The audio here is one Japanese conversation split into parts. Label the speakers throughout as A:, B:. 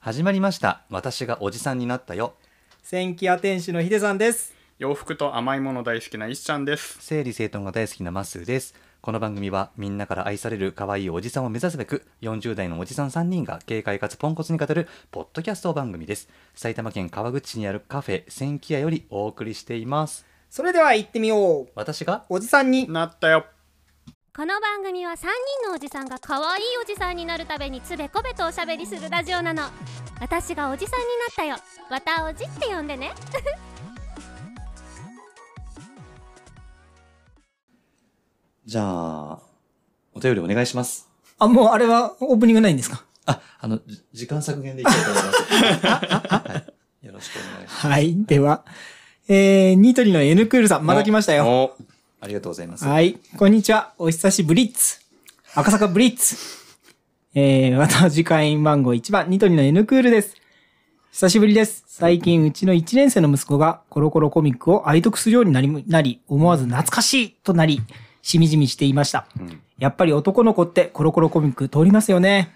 A: 始まりました私がおじさんになったよ
B: 千キア天使のヒデさんです。
C: 洋服と甘いもの大好きなイシちゃんです。
A: 整理整頓が大好きなマッスーですこの番組はみんなから愛される可愛いおじさんを目指すべく40代のおじさん3人が軽快かつポンコツに語るポッドキャスト番組です埼玉県川口市にあるカフェ千キ屋よりお送りしています
B: それでは行ってみよう。
A: 私が
B: おじさんに。
C: なったよ。
D: この番組は3人のおじさんが可愛いおじさんになるためにつべこべとおしゃべりするラジオなの私がおじさんになったよわたおじって呼んでね
A: じゃあお便りお願いします
B: あ、もうあれはオープニングないんですか
A: ああの時間削減でいきたいと思います、よろしくお願いします
B: はい。では、えー、ニトリの N クールさん、また来ましたよ。
C: お
A: ありがとうございます
B: はい。こんにちは。お久しぶりっつ。赤坂ブリッツ。えー、私会員番号1番、ニトリの N クールです。久しぶりです。最近、うちの1年生の息子がコロコロコミックを愛読するようになり、なり思わず懐かしいとなり、しみじみしていました。やっぱり男の子ってコロコロコミック通りますよね。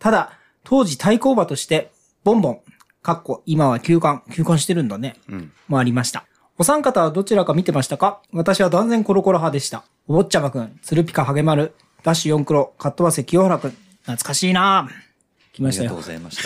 B: ただ、当時対抗馬として、ボンボン、かっこ今は休館、休館してるんだね、もありました。お三方はどちらか見てましたか私は断然コロコロ派でした。お坊ちゃまくん、鶴ピカハゲマル、ダッシュ4クロ、カットバセ清原くん、懐かしいなぁ。来
A: あ
B: ま
A: り
B: した
A: がとうご。
B: よ
A: ざいました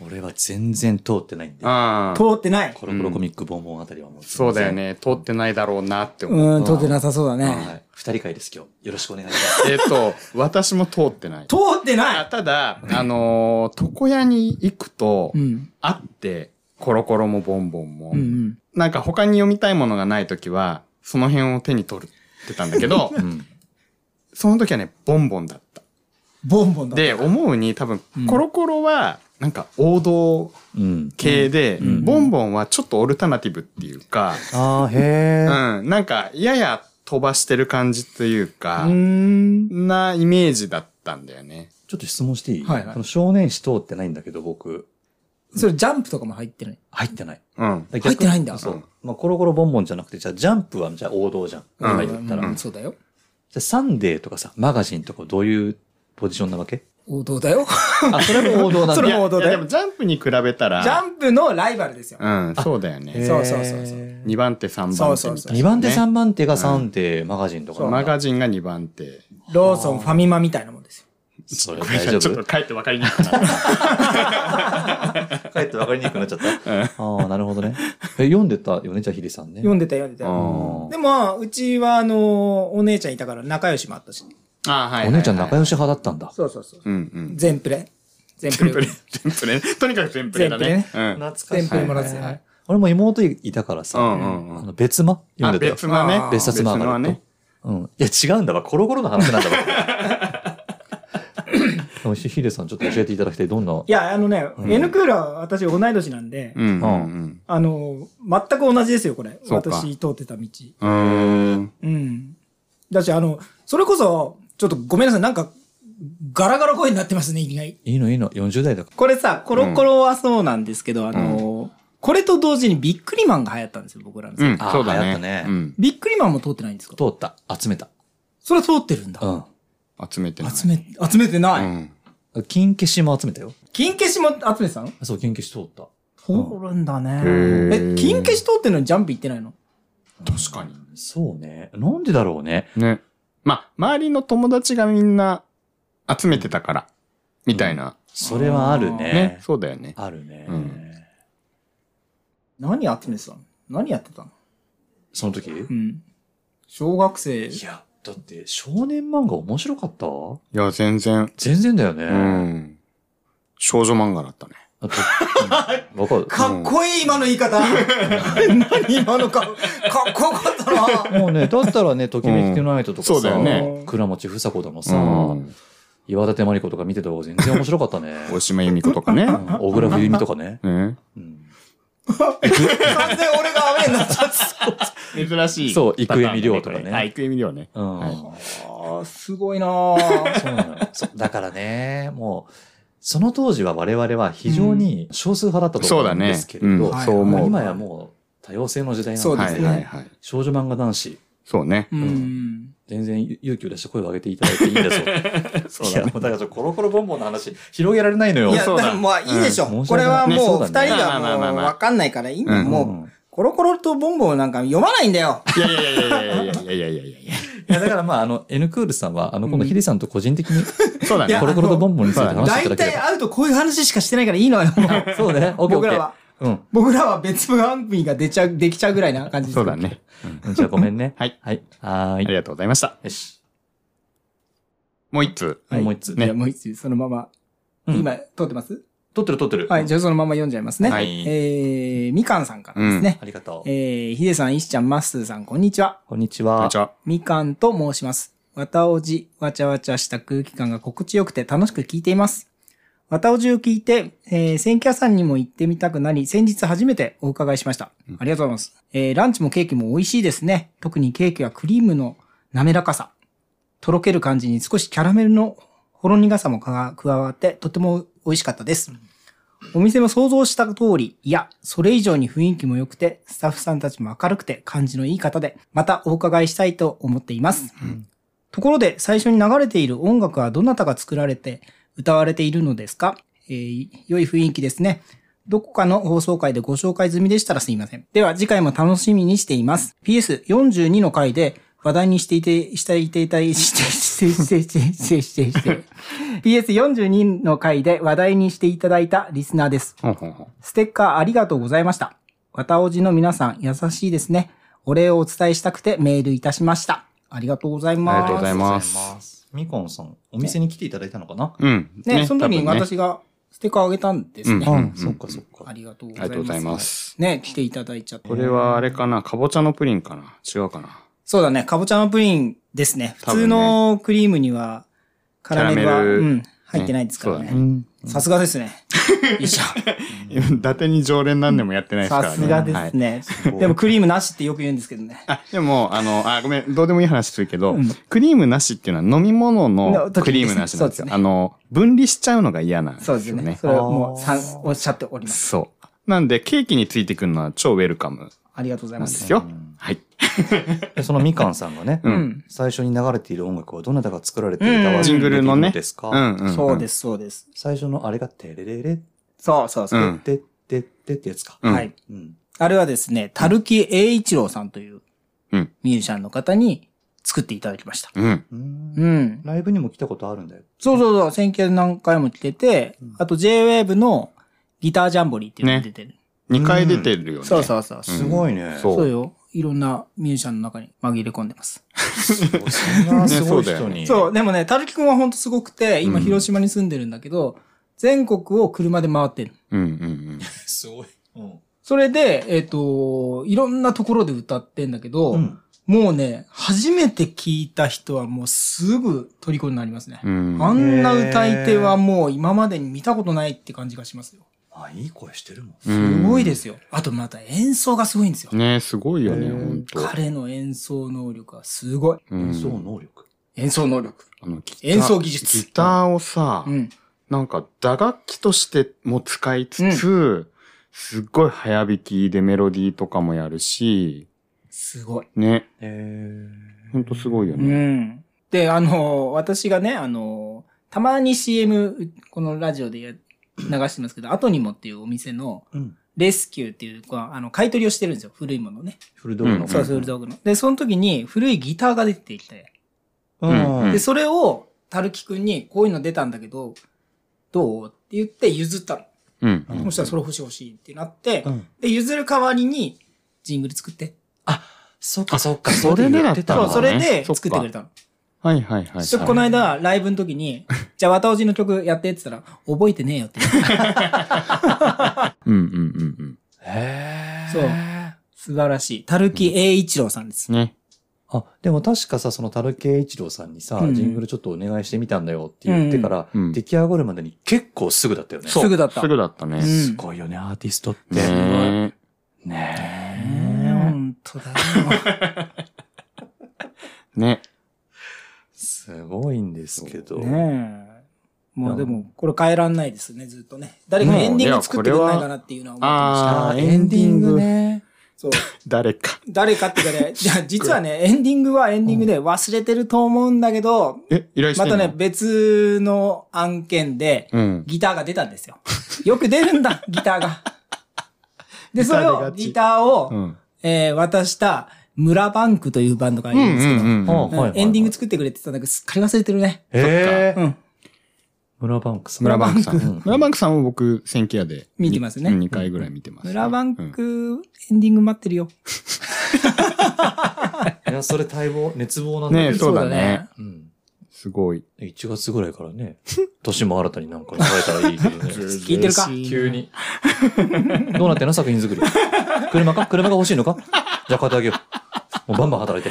A: 俺は全然通ってないんで
C: あ
B: 通ってない。
A: コロコロコミックボンボンあたりはもう、
C: そうだよ。ね。通ってないだろうなって思う。
B: うん、通ってなさそうだね。
A: はい。二人会です、今日。よろしくお願いします。
C: えっと、私も通ってない。
B: 通ってな
C: あ
B: い
C: ただ、あのー床屋に行くと、
B: うん。
C: あって、コロコロもボンボンも、
B: うんうん。
C: なんか他に読みたいものがないときは、その辺を手に取るってたんだけど、
A: ん
C: その時はね、ボンボンだった。
B: ボンボンだ。
C: で、思うに多分、コロコロは、なんか王道
A: うん。
C: 系で、ボンボンはちょっとオルタナティブっていうか、
A: あー、へー。
C: うん、なんか、やや飛ばしてる感じという
B: う
C: か、
B: ーん。
C: なイメージだったんだよね。
A: ちょっと質問していい
B: はいはい
A: その少年誌通ってないんだけど、僕、
B: それジャンプとかも入ってない。
A: 入ってない。
C: うん。。
A: 入
B: 入ってないんだ
A: そううんまあ、コロコロボンボンじゃなくて、じゃあ、ジャンプは、じゃあ、王道じゃん。
C: うん
A: 今言ったら。
B: う
A: じゃ
B: んそうだよ。
A: あ、サンデーとかさ、マガジンとか、どういうポジションなわけ
B: 王道だよ。
A: あ、それも王道なん
B: それ
A: だ。
B: も王道
C: いや
B: だ
C: で
B: よ
C: も。ジャンプに比べた ら、
B: ジャンプのライバルですよ。
C: うん、そうだよ
A: へー
C: ね。
B: そうそうそうそう
C: 2番手、3
B: そ
C: 番
B: うそ
C: 手
B: う
C: み
B: そ
C: た
B: う
A: 二
C: いなね。
A: 番手、三番手がサンデー、マガジンとかなんだ。
C: マガジンが2番手。
B: ローソン、ファミマみたいなもんですよ。
A: それ
C: これ
A: 大
C: じ
A: 丈
C: ゃちょっ
A: 夫
C: と書いて分かりにく くなる。
A: 帰 って分かりにくくなっちゃった。ああ、なるほどね。え、読んでたよね、じゃあ、ヒデさんね。
B: 読んでた読んでた。
C: う
B: で
C: ん
B: もまあ、うちはあの、お姉ちゃんいたから仲良しもあったし。
C: あ、はいはいはい。
A: お姉ちゃん仲良
C: し。
A: し派だったんだ。
B: そうそうそう。
C: うんうん。
B: 全プレ。全プ
C: 全プレ、
B: レ。
C: 全プレ。とにかく全プレだね
B: 全。
C: うん。
A: 懐
B: 全プレもらってたよ
C: はいはいは
B: ね
C: い。
A: 俺も妹いたからさ、
C: うんうんうん
A: あの別間
C: あ、
A: 読んでたよ
C: 別。のね
B: あ。ー、
A: 別冊漫画
C: のは
A: だと
C: ね。。
A: うん。いや、違うんだわ。コロコロの話なんだわ。 でもヒデさん、ちょっと教えていただきたい。どんない
B: や、あのね、
A: ん
B: N クーラーは私同い年なんで
C: う、んうん
B: あの、全く同じですよ、これ。
C: そうか
B: 私通ってた道。
C: うん。うーん。
B: うん。だし、あの、それこそ、ちょっとごめんなさい、なんか、ガラガラ声になってますね、いきなり。
A: いいのいいの。40代だか
B: これさ、コロコロはそうなんですけど、あの、これと同時にビックリマンが流行ったんですよ、僕らの世
C: う
B: 代
C: ん、
A: あー
C: そうだ
A: 流行った
C: ね。
A: ね。
C: うん。
B: ビックリマンも通ってないんですから
A: 通った。集めた。
B: それは通ってるんだ。
A: う
C: 集めてない。
B: 集め、集めてない。
C: うん。
A: ん。金消しも集めたよ。
B: 金消しも集めてたの
A: そう、金消し通った。
B: 通るんだね。
C: ー
B: え、金消し通ってんのにジャンプ行ってないの
C: 確かに。
A: そうね。なんでだろうね。
C: ね。まあ、周りの友達がみんな集めてたから、みたいな。
A: それはある
C: ね
A: ね。。
C: そうだよね。
A: あるね、
C: うん
B: 何集めてたの何やってたの
A: その時、
B: うん。小学生。
A: いや、だって少年漫画面白かった
C: いや、全然。
A: 全然だよね。
C: うん。少女漫画だったね。
A: あと、うんわかる。
B: かっこいい、今の言い方。何今の顔。かっこよかったな。
A: もうね、だったらね、ときめきのナイトとかさ、
C: うんそうだよね
A: 倉持房子だのさ、
C: うん。
A: 岩立真理子とか見てた方が全然面白かったね。
C: 大島由美子とかね。
A: うん小倉冬美とかね。
C: ね。
A: うん
B: 完全に俺がアウェーになっちゃった。
C: 珍し
A: いそう生海亮とかね
C: あ、イクエミ亮ね。
A: うん
C: はい
B: ああ、すごいなぁ。
A: そうなのよそうだからね、もう、その当時は我々は非常に少数派だったと
C: そう
A: 思う
C: だ
A: んで
C: ね
A: すけ。れ
C: う
A: ど、
C: ん
B: は、い
C: そう
A: まあ
C: 思う。
A: 今やもう多様性の時代な
B: そ
A: の
B: う
A: で、
B: で
C: は
B: す
C: い
B: ね
C: はいはい。
A: 少女漫画男子、
C: そうね
B: う。ん。
A: 全然勇気を出して声を上げていただいていいんだぞ。
C: そう
A: い
C: だ
A: や、
C: ね
A: もうだからちょっとコロコロボンボンの話、広げられないのよ。
B: いや、
C: そうだ
B: だまあいいでしょ。
A: うん
B: これは
A: ねそ
B: も
A: う
B: う
A: だ
B: 二
A: ね
B: 人が
C: まあまあま
B: も
C: あ
B: う
C: まあ
B: わかんないからいいんだよ
C: うん
B: もう、コロコロとボンボンなんか読まないんだよ。
C: いやいやいやいやいやいやいやいやいやい
A: いや、だからまあ、あの、N クールさんは、あの、今度ヒデさんと個人的に、
C: や。そうだ
B: いや
A: コ
C: ね。
A: ロコロとボンボンについて話してい
B: 大
A: ただけ
B: 体
A: れば。
B: 会うとこういう話しかしてないからいいのよ。もう
A: そうね、オッケーオッ
B: 僕
A: ケ
B: ら
A: ー
B: は。。
A: うん。
B: 僕らは別番組が出ちゃう、できちゃうぐらいな感じです。
C: そうだ。ね。
A: うんじゃあごめんね。
C: はい
A: はい。はー
C: あ
A: い。
C: りがとうございました。
A: よし。
C: もう一通。
B: はい
A: もう一つ。
B: ね、もう一つ、そのまま。
A: うん
B: 今、通ってます
A: 撮ってる撮ってる。
B: はい、じ
A: ゃ
B: ゃあそのまま読んじゃいますね。
A: はい
B: えー、みかんさんからですね。
A: ありがとう。
B: えー、ひでさん、いしちゃん、まっすーさん、こんにちは。
A: こんにち
C: こん
A: は
C: にち。は。
B: みかんと申します。わたおじ、わちゃわちゃした空気感が心地よくて楽しく聞いています。わたおじを聞いて、えー、千家屋さんにも行ってみたくなり、先日初めてお伺いしました。ありがとうございます。えー、ランチもケーキも美味しいですね。特にケーキはクリームの滑らかさ、とろける感じに少しキャラメルのほろ苦さも加わって、とても美味しかったです。お店も想像した通り、いや、それ以上に雰囲気も良くて、スタッフさんたちも明るくて、感じのいい方で、またお伺いしたいと思っています。ところで、最初に流れている音楽はどなたが作られて、歌われているのですかえー良い雰囲気ですね。どこかの放送回でご紹介済みでしたらすいません。では、次回も楽しみにしています。PS42 の回で、話題にしていて、していていたい、して、して、して、して、して、して、PS42 の回で話題にしていただいたリスナーです。
C: ほんほんほん
B: ステッカーありがとうございました。わたおじの皆さん、優しいですね。お礼をお伝えしたくてメールいたしました。ありがとうございます。
C: ありがとうござい
A: ありが
C: ます
A: とうございます。みかんさん、お店に来ていただいたのかな
C: うん。
B: ね、その時に
C: 多分ね
B: 私がステッカーあげたんですね。
C: うん
A: あそっかそっ
B: あ
A: か。
B: りがとうご
C: ありがとうご
B: ざ
C: ざ
B: い
C: い
B: ま。
C: ますす。
B: ね、来ていただいちゃって
C: こ。れはあれかな、かぼちゃのプリンかな違うかな
B: そうだね、かぼちゃのプリンですね。普通のクリームには、カラメルは、
C: キャラメ
B: う
C: ル
B: ん、入ってないですから
C: ね
B: ね
C: そうだ。
B: さすがですね。よ いしょ。
C: 伊達に常連何年もやってないですからね。
B: さすがで
C: はい
B: すね。でもクリームなしってよく言うんですけどね。
C: あ、でも、あの、あ、ごめん、どうでもいい話するけど、クリームなしっていうのは飲み物
B: の
C: の
B: 時
C: クリームなしなんですよ。あの、分離しちゃうのが嫌なんです
B: そう
C: よ
B: ですね。
C: ね。
B: それをもうさんおっしゃっております。
C: そう。なんで、ケーキについてくるのは超ウェルカム
B: ありがとうござい
C: な
B: ま。
C: んですすよ。はい。
A: でそのみかんさんがね、
B: ん
A: 最初に流れている音楽はどなたが作られていた
B: うん
A: わ
C: ジングルのね。
A: ですか、
C: うんうん、うん。
B: そうです、そうです。
A: 最初のあれがテレレレ、
B: そうそうそうう。
C: ん
A: テッテッテってやつか。
C: うん
B: はい。
A: うん。
B: あれはですね、たるき栄一郎さんという
C: うん
B: ミュージシャンの方に作っていただきました。
C: うん。
A: うん
B: うん。
A: ライブにも来たことあるんだよ。
B: そうそうそう、選挙で何回も来てて、あと J-Wave のギタージャンボリーっていうのに出てる。
C: 2回出てるよね。
B: そうそうそう。
A: すごいね。
C: そう
B: そうよ。いろんなミュージシャンの中に紛れ込んでます。
A: そんなすごい人に。
B: そう、でもね、たるきくんはほんとすごくて、今広島に住んでるんだけど、全国を車で回ってる。
C: うんうん
A: すごい。うん。
B: それで、えっ、と、いろんなところで歌ってんだけど、
A: うん
B: もうね、初めて聞いた人はもうすぐ虜になりますね。
C: うん。
B: あ
C: うん。
B: んな歌い手はもう今までに見たことないって感じがしますよ。
A: あ、いい声してるもん。
B: すごいですよ。あとまた演奏がすごいんですよ。
C: ねすごいよね、
A: へー
C: ほんと。
B: 彼の演奏能力はすごい。
C: うん
A: 演奏能力。
B: 演奏能力。
C: あのギター
B: 演奏技術
C: ギターをさ、
B: うん。
C: なんか打楽器としても使いつつ、すっごい早弾きでメロディーとかもやるし、
B: すごい。
C: ね、
A: へえ。
C: ほんとすごいよ
B: う
C: ね。
B: ん。で、あの、私がね、あの、たまに CM、このラジオでや流してますけど、後にもっていうお店の、
A: うん。
B: レスキューっていうか、あの、買い取りをしてるんですよ。古いものをね。
A: フルドール
C: う
A: の。
C: ん
B: そう、古道具の。で、その時に古いギターが出てきて、
A: うん。
C: うん
B: で、それを、たるきくんに、こういうの出たんだけど、どうって言って譲ったの。
C: うん。
A: うん
B: そしたらそれ欲しい欲しいってなって、
A: うん
B: で、譲る代わりに、ジングル作って。
A: そっかそっか、
C: それでだ
A: や
C: っ
A: って
C: た
A: た
C: の
B: そ
A: の
B: う、それ
C: ね
B: で
C: そっ
B: 作
C: か
B: ってくれたの。
C: はいはいはい、
B: そこの間、ライブの時 に、じゃあ、わたおじの曲やってって言ったら、覚えてねえよって言って。
C: うんうんうん
A: へ
B: そう素晴らしい。たるき栄一郎さんです
C: うん。。ね。
A: あ、でも確かさ、その樽慶一郎さんにさ、
B: うん
A: ジングルちょっとお願いしてみたんだよって言ってから、
C: うんうん
A: 出来上がるまでに結構すぐだったよね。
B: すぐだった。
C: すぐだったね。
B: うん
A: すごいよね、アーティストって。
C: ね
A: ね
B: ねえ本当だよ。
C: ね。
A: すごいんですけど。
B: ねえ。もうでも、これ変えらんないですね、ずっとね。誰かエンディング作ってくれないかなっていうのは思ってました。
A: あ
C: あ
A: ー、エンディングね。
B: そう。
C: 誰か。
B: 誰かってかね、じゃあ実はね、エンディングはエンディングで忘れてると思うんだけど、
C: え、依頼して
B: ま
C: んの
B: たね、、別の案件で、
C: うん。
B: ギターが出たんですよ。よく出るん だ、ギターが。で、
C: ギタ
B: そ
C: ー
B: れ
C: 出が
B: を、
C: ち
B: ギターを、
C: うん。
B: えー渡した、村バンクというバンドがいるんですけど、
C: うんうんうん
A: うんはいはいはい
B: エンディング作ってくれてたんだけど、すっかり忘れてるね。
A: え
B: う
A: ー、
B: ん。
A: 村バンクさん。
C: 村バンクさ
B: 村バ
A: ン
C: ん。村バンクさんを僕、千家屋で。
B: 見てますね
C: 2回ぐらい見てますね。
B: 村バン
C: うん。
B: ク、エンディング待ってるよ。
A: いや、それ待望、熱望なんだ
C: ねえ
A: けど
C: そうだね。
A: うん。
C: すごい。
A: 1月ぐらいからね、年も新たになんか変えたらいいけど ね。
B: 聞いてるか
A: 急に。どうなってんの作品作り。車か車が欲しいのかじゃあ買ってあげよう。もうバンバン働いて。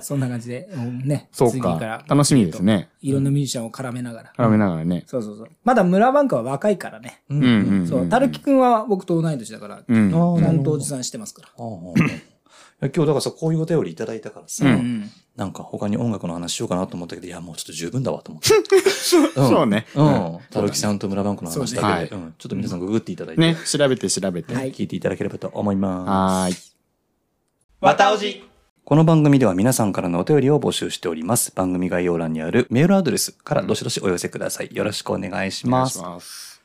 B: そんな感じで、もうね、
C: そう
B: 次
C: か
B: ら。
C: 楽しみです。ね。
B: いろんなミュージシャンを絡めながら。
C: 絡めながらね。
B: そうそうそう。まだ村バンクは若いからね。
A: う
C: うんうんうん。
B: そう。たるきくんは僕と同い年だから、
C: う
B: ち
C: ん。
A: あー
B: ゃんとおじさんしてますから。
A: ああああいや今日だからさ、こういうお便りいただいたからさ、
C: う
B: うんん。
A: なんか他に音楽の話しようかなと思ったけど、いや、もうちょっと十分だわと思って。うん
C: そうね。
A: うん。たるきさんと村バンクの話だ
C: そうねは
A: け
C: い
A: で、うんちょっと皆さんググっていただいて、
C: ね、調べて調べて。
B: はい
A: 聞いていただければと思います。
C: はーい。
A: わたおじこの番組では皆さんからのお便りを募集しております。番組概要欄にあるメールアドレスからどしどしお寄せください。よろしくお願いし
C: お願
A: ま
C: いし
A: す。
C: ます。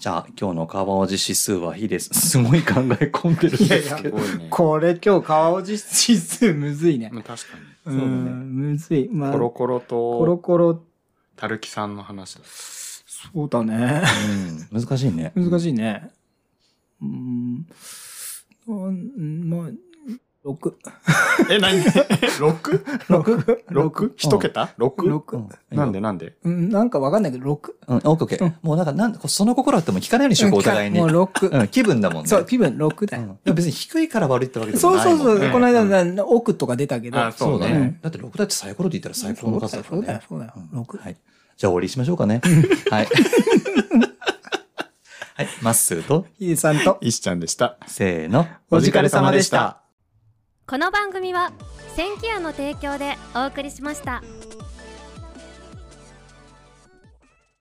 A: じゃあ、今日の川尾寺指数は非です。 すごい考え込んでるんですけ
C: す
A: ど。
C: ごいね。
B: これ今日川尾実指数むずいね。
C: まあ確かに。
B: う
A: うだね
B: ん、むずい。まあ、
C: コロコロ
B: コロ
C: と、
B: コロ、
C: たるきさんの話だ。
B: そうだね。
A: うん、難しいね。
B: 難しいね。うん。うんまあ、六
C: え、何 ?6?6?1
B: 六
C: 桁
B: 六
A: うん
C: なんでなんで
B: うん、なんかわかんないけど、六
A: うん、オッケーオッケー。もうなんか、なんこうその心あっても聞かないようにしようか、お互いに。
B: もう
A: う
B: 六
A: ん、気分だもんね。
B: そう、気分六だ
A: う
B: よ。
A: んでも別に低いから悪いってわけでも
B: そう
A: ない
B: そ
A: もん
B: う
A: ね。
B: そう、この間
C: うん
B: だ、奥とか出たけど。
C: あ
A: そうだ
C: そう
B: だ
A: ね
B: ね。
A: だって6だってサイコロで言ったら最高の数だか
B: そ
A: ら
B: うだよ
A: ね、。
B: そうだよ
A: うん。
B: 六
A: はい。じゃあ終わりにしましょうかね。はい。はい。まっすーと、
B: ヒデさんと、
C: 石ちゃんでした。
A: せーの。
B: お疲れ様でした。
D: この番組は千キヤの提供でお送りしました